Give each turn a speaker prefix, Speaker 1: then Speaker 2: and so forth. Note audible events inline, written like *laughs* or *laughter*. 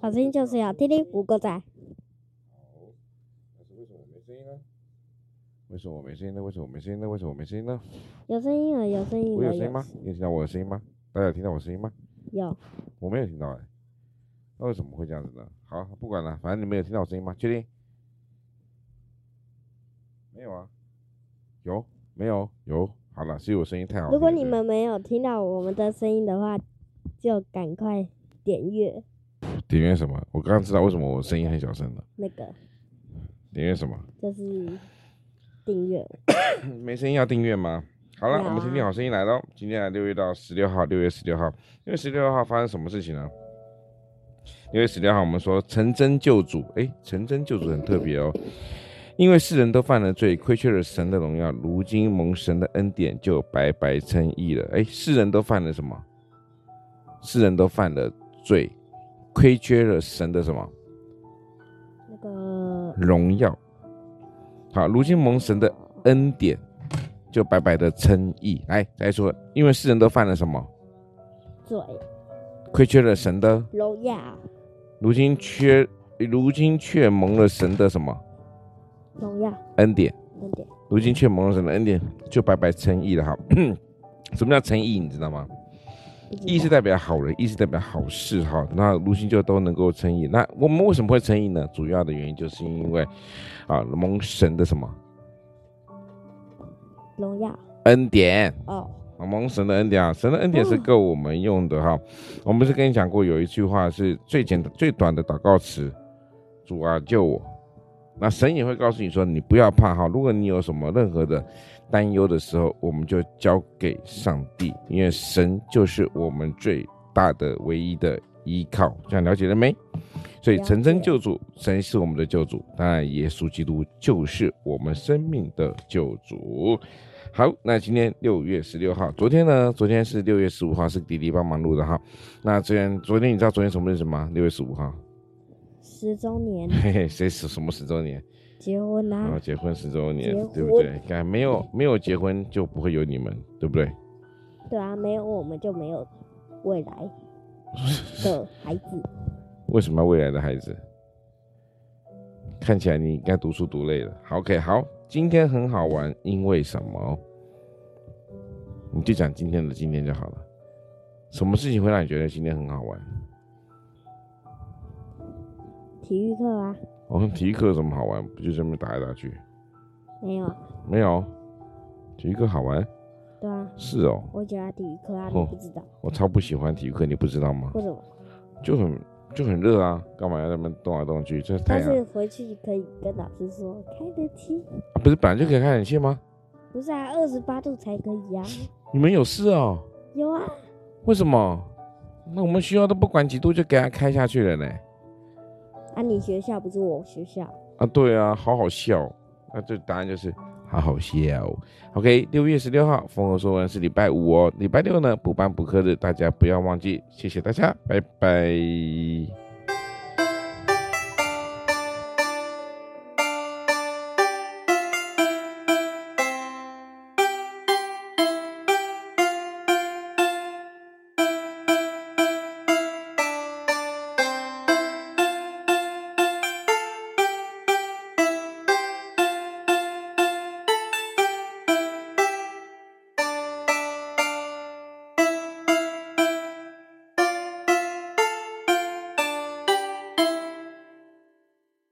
Speaker 1: 反正就是要听听五个仔。
Speaker 2: 好，但是为什么我没声音呢？为什么我没声音呢？为什么我没声音呢？为什么我没声音呢？
Speaker 1: 有声音了，有声音
Speaker 2: 我
Speaker 1: 了，
Speaker 2: 有声音吗？你有听到我的声音吗？大家有听到我声音吗？
Speaker 1: 有
Speaker 2: 我没有听到哎、那为什么会这样子呢？好，不管了，反正你们有听到我声音吗？确定？没有啊？有？没有？有？好了，是我声音太好听了。
Speaker 1: 如果你
Speaker 2: 对不对
Speaker 1: 们没有听到我们的声音的话，就赶快点阅
Speaker 2: 点阅什么？我刚刚知道为什么我声音很小声了。
Speaker 1: 那个，
Speaker 2: 点阅什么？
Speaker 1: 就是订阅。
Speaker 2: *laughs* 没声音要订阅吗？好了，
Speaker 1: 有啊
Speaker 2: 我们听听好声音来喽。今天啊来六月到十六号，六月十六号，六月十六号发生什么事情呢？六月十六号，我们说成真救主，诶，成真救主很特别哦，因为世人都犯了罪，亏缺了神的荣耀，如今蒙神的恩典，就白白称义了。诶，世人都犯了什么？世人都犯了罪，亏缺了神的什么？
Speaker 1: 那个
Speaker 2: 荣耀。好，如今蒙神的恩典，就白白的称义。来，再说，因为世人都犯了什么？
Speaker 1: 嘴
Speaker 2: 亏缺了神的，
Speaker 1: 荣耀，
Speaker 2: 如今缺，如今却蒙了神的什么
Speaker 1: 荣耀，
Speaker 2: 恩典？
Speaker 1: 恩典，
Speaker 2: 如今却蒙了神的恩典，就白白称义了。哈， *clears throat* 什么叫称义？你知道吗？
Speaker 1: 不知
Speaker 2: 义是
Speaker 1: 道
Speaker 2: 代表好人，义是代表好事哈。那如今就都能够称义。那我们为什么会称义呢？主要的原因就是因为啊，蒙神的什么
Speaker 1: 荣耀
Speaker 2: 恩典。
Speaker 1: 哦，
Speaker 2: 啊，蒙神的恩典啊，神的恩典是够我们用的哈。我们是跟你讲过，有一句话是最简单、最短的祷告词：“主啊，救我。”那神也会告诉你说，你不要怕哈。如果你有什么任何的担忧的时候，我们就交给上帝，因为神就是我们最大的唯一的依靠。这样了解了没？所以
Speaker 1: 了解
Speaker 2: 成真救主，神是我们的救主，当然耶稣基督就是我们生命的救主。好，那今天六月十六号，昨天呢？昨天是六月十五号，是弟弟帮忙录的哈。那昨天，昨天你知道昨天什么日子吗？六月十五号，
Speaker 1: 十周年
Speaker 2: 嘿嘿，谁十什么十周年？
Speaker 1: 结婚啦、
Speaker 2: 然后结婚十周年
Speaker 1: 嗯结，
Speaker 2: 对不
Speaker 1: 婚
Speaker 2: 对？看没有没有结婚就不会有你们，对不对？
Speaker 1: 对啊，没有我们就没有未来的孩子。
Speaker 2: 为什么要未来的孩子？看起来你应该读书读累了。好 OK，好，今天很好玩，因为什么？你就讲今天的今天就好了。什么事情会让你觉得今天很好玩？
Speaker 1: 体育课啊，
Speaker 2: 我、哦、体育课有什么好玩？不就这么打来打去？
Speaker 1: 没有啊，
Speaker 2: 没有，体育课好玩
Speaker 1: 对啊，
Speaker 2: 是哦，
Speaker 1: 我喜欢体育课啊，
Speaker 2: 哦
Speaker 1: 你不知道
Speaker 2: 我超不喜欢体育课，你不知道吗？
Speaker 1: 为什么？
Speaker 2: 就很就很热啊，干嘛要在那边动来动去？这太
Speaker 1: 但
Speaker 2: 阳、
Speaker 1: 是回去可以跟老师说开冷气，
Speaker 2: 啊不是本来就可以开冷气吗？
Speaker 1: 不是啊，二十八度才可以啊。
Speaker 2: 你们有事哦？
Speaker 1: 有啊，
Speaker 2: 为什么？那我们学校都不管几度就给它开下去了呢？
Speaker 1: 啊，你学校不是我学校，
Speaker 2: 啊，对啊，好好笑。那这答案就是好好笑。OK，六月十六号，风和说完是礼拜五哦，礼拜六呢补班补课日，大家不要忘记。谢谢大家，拜拜。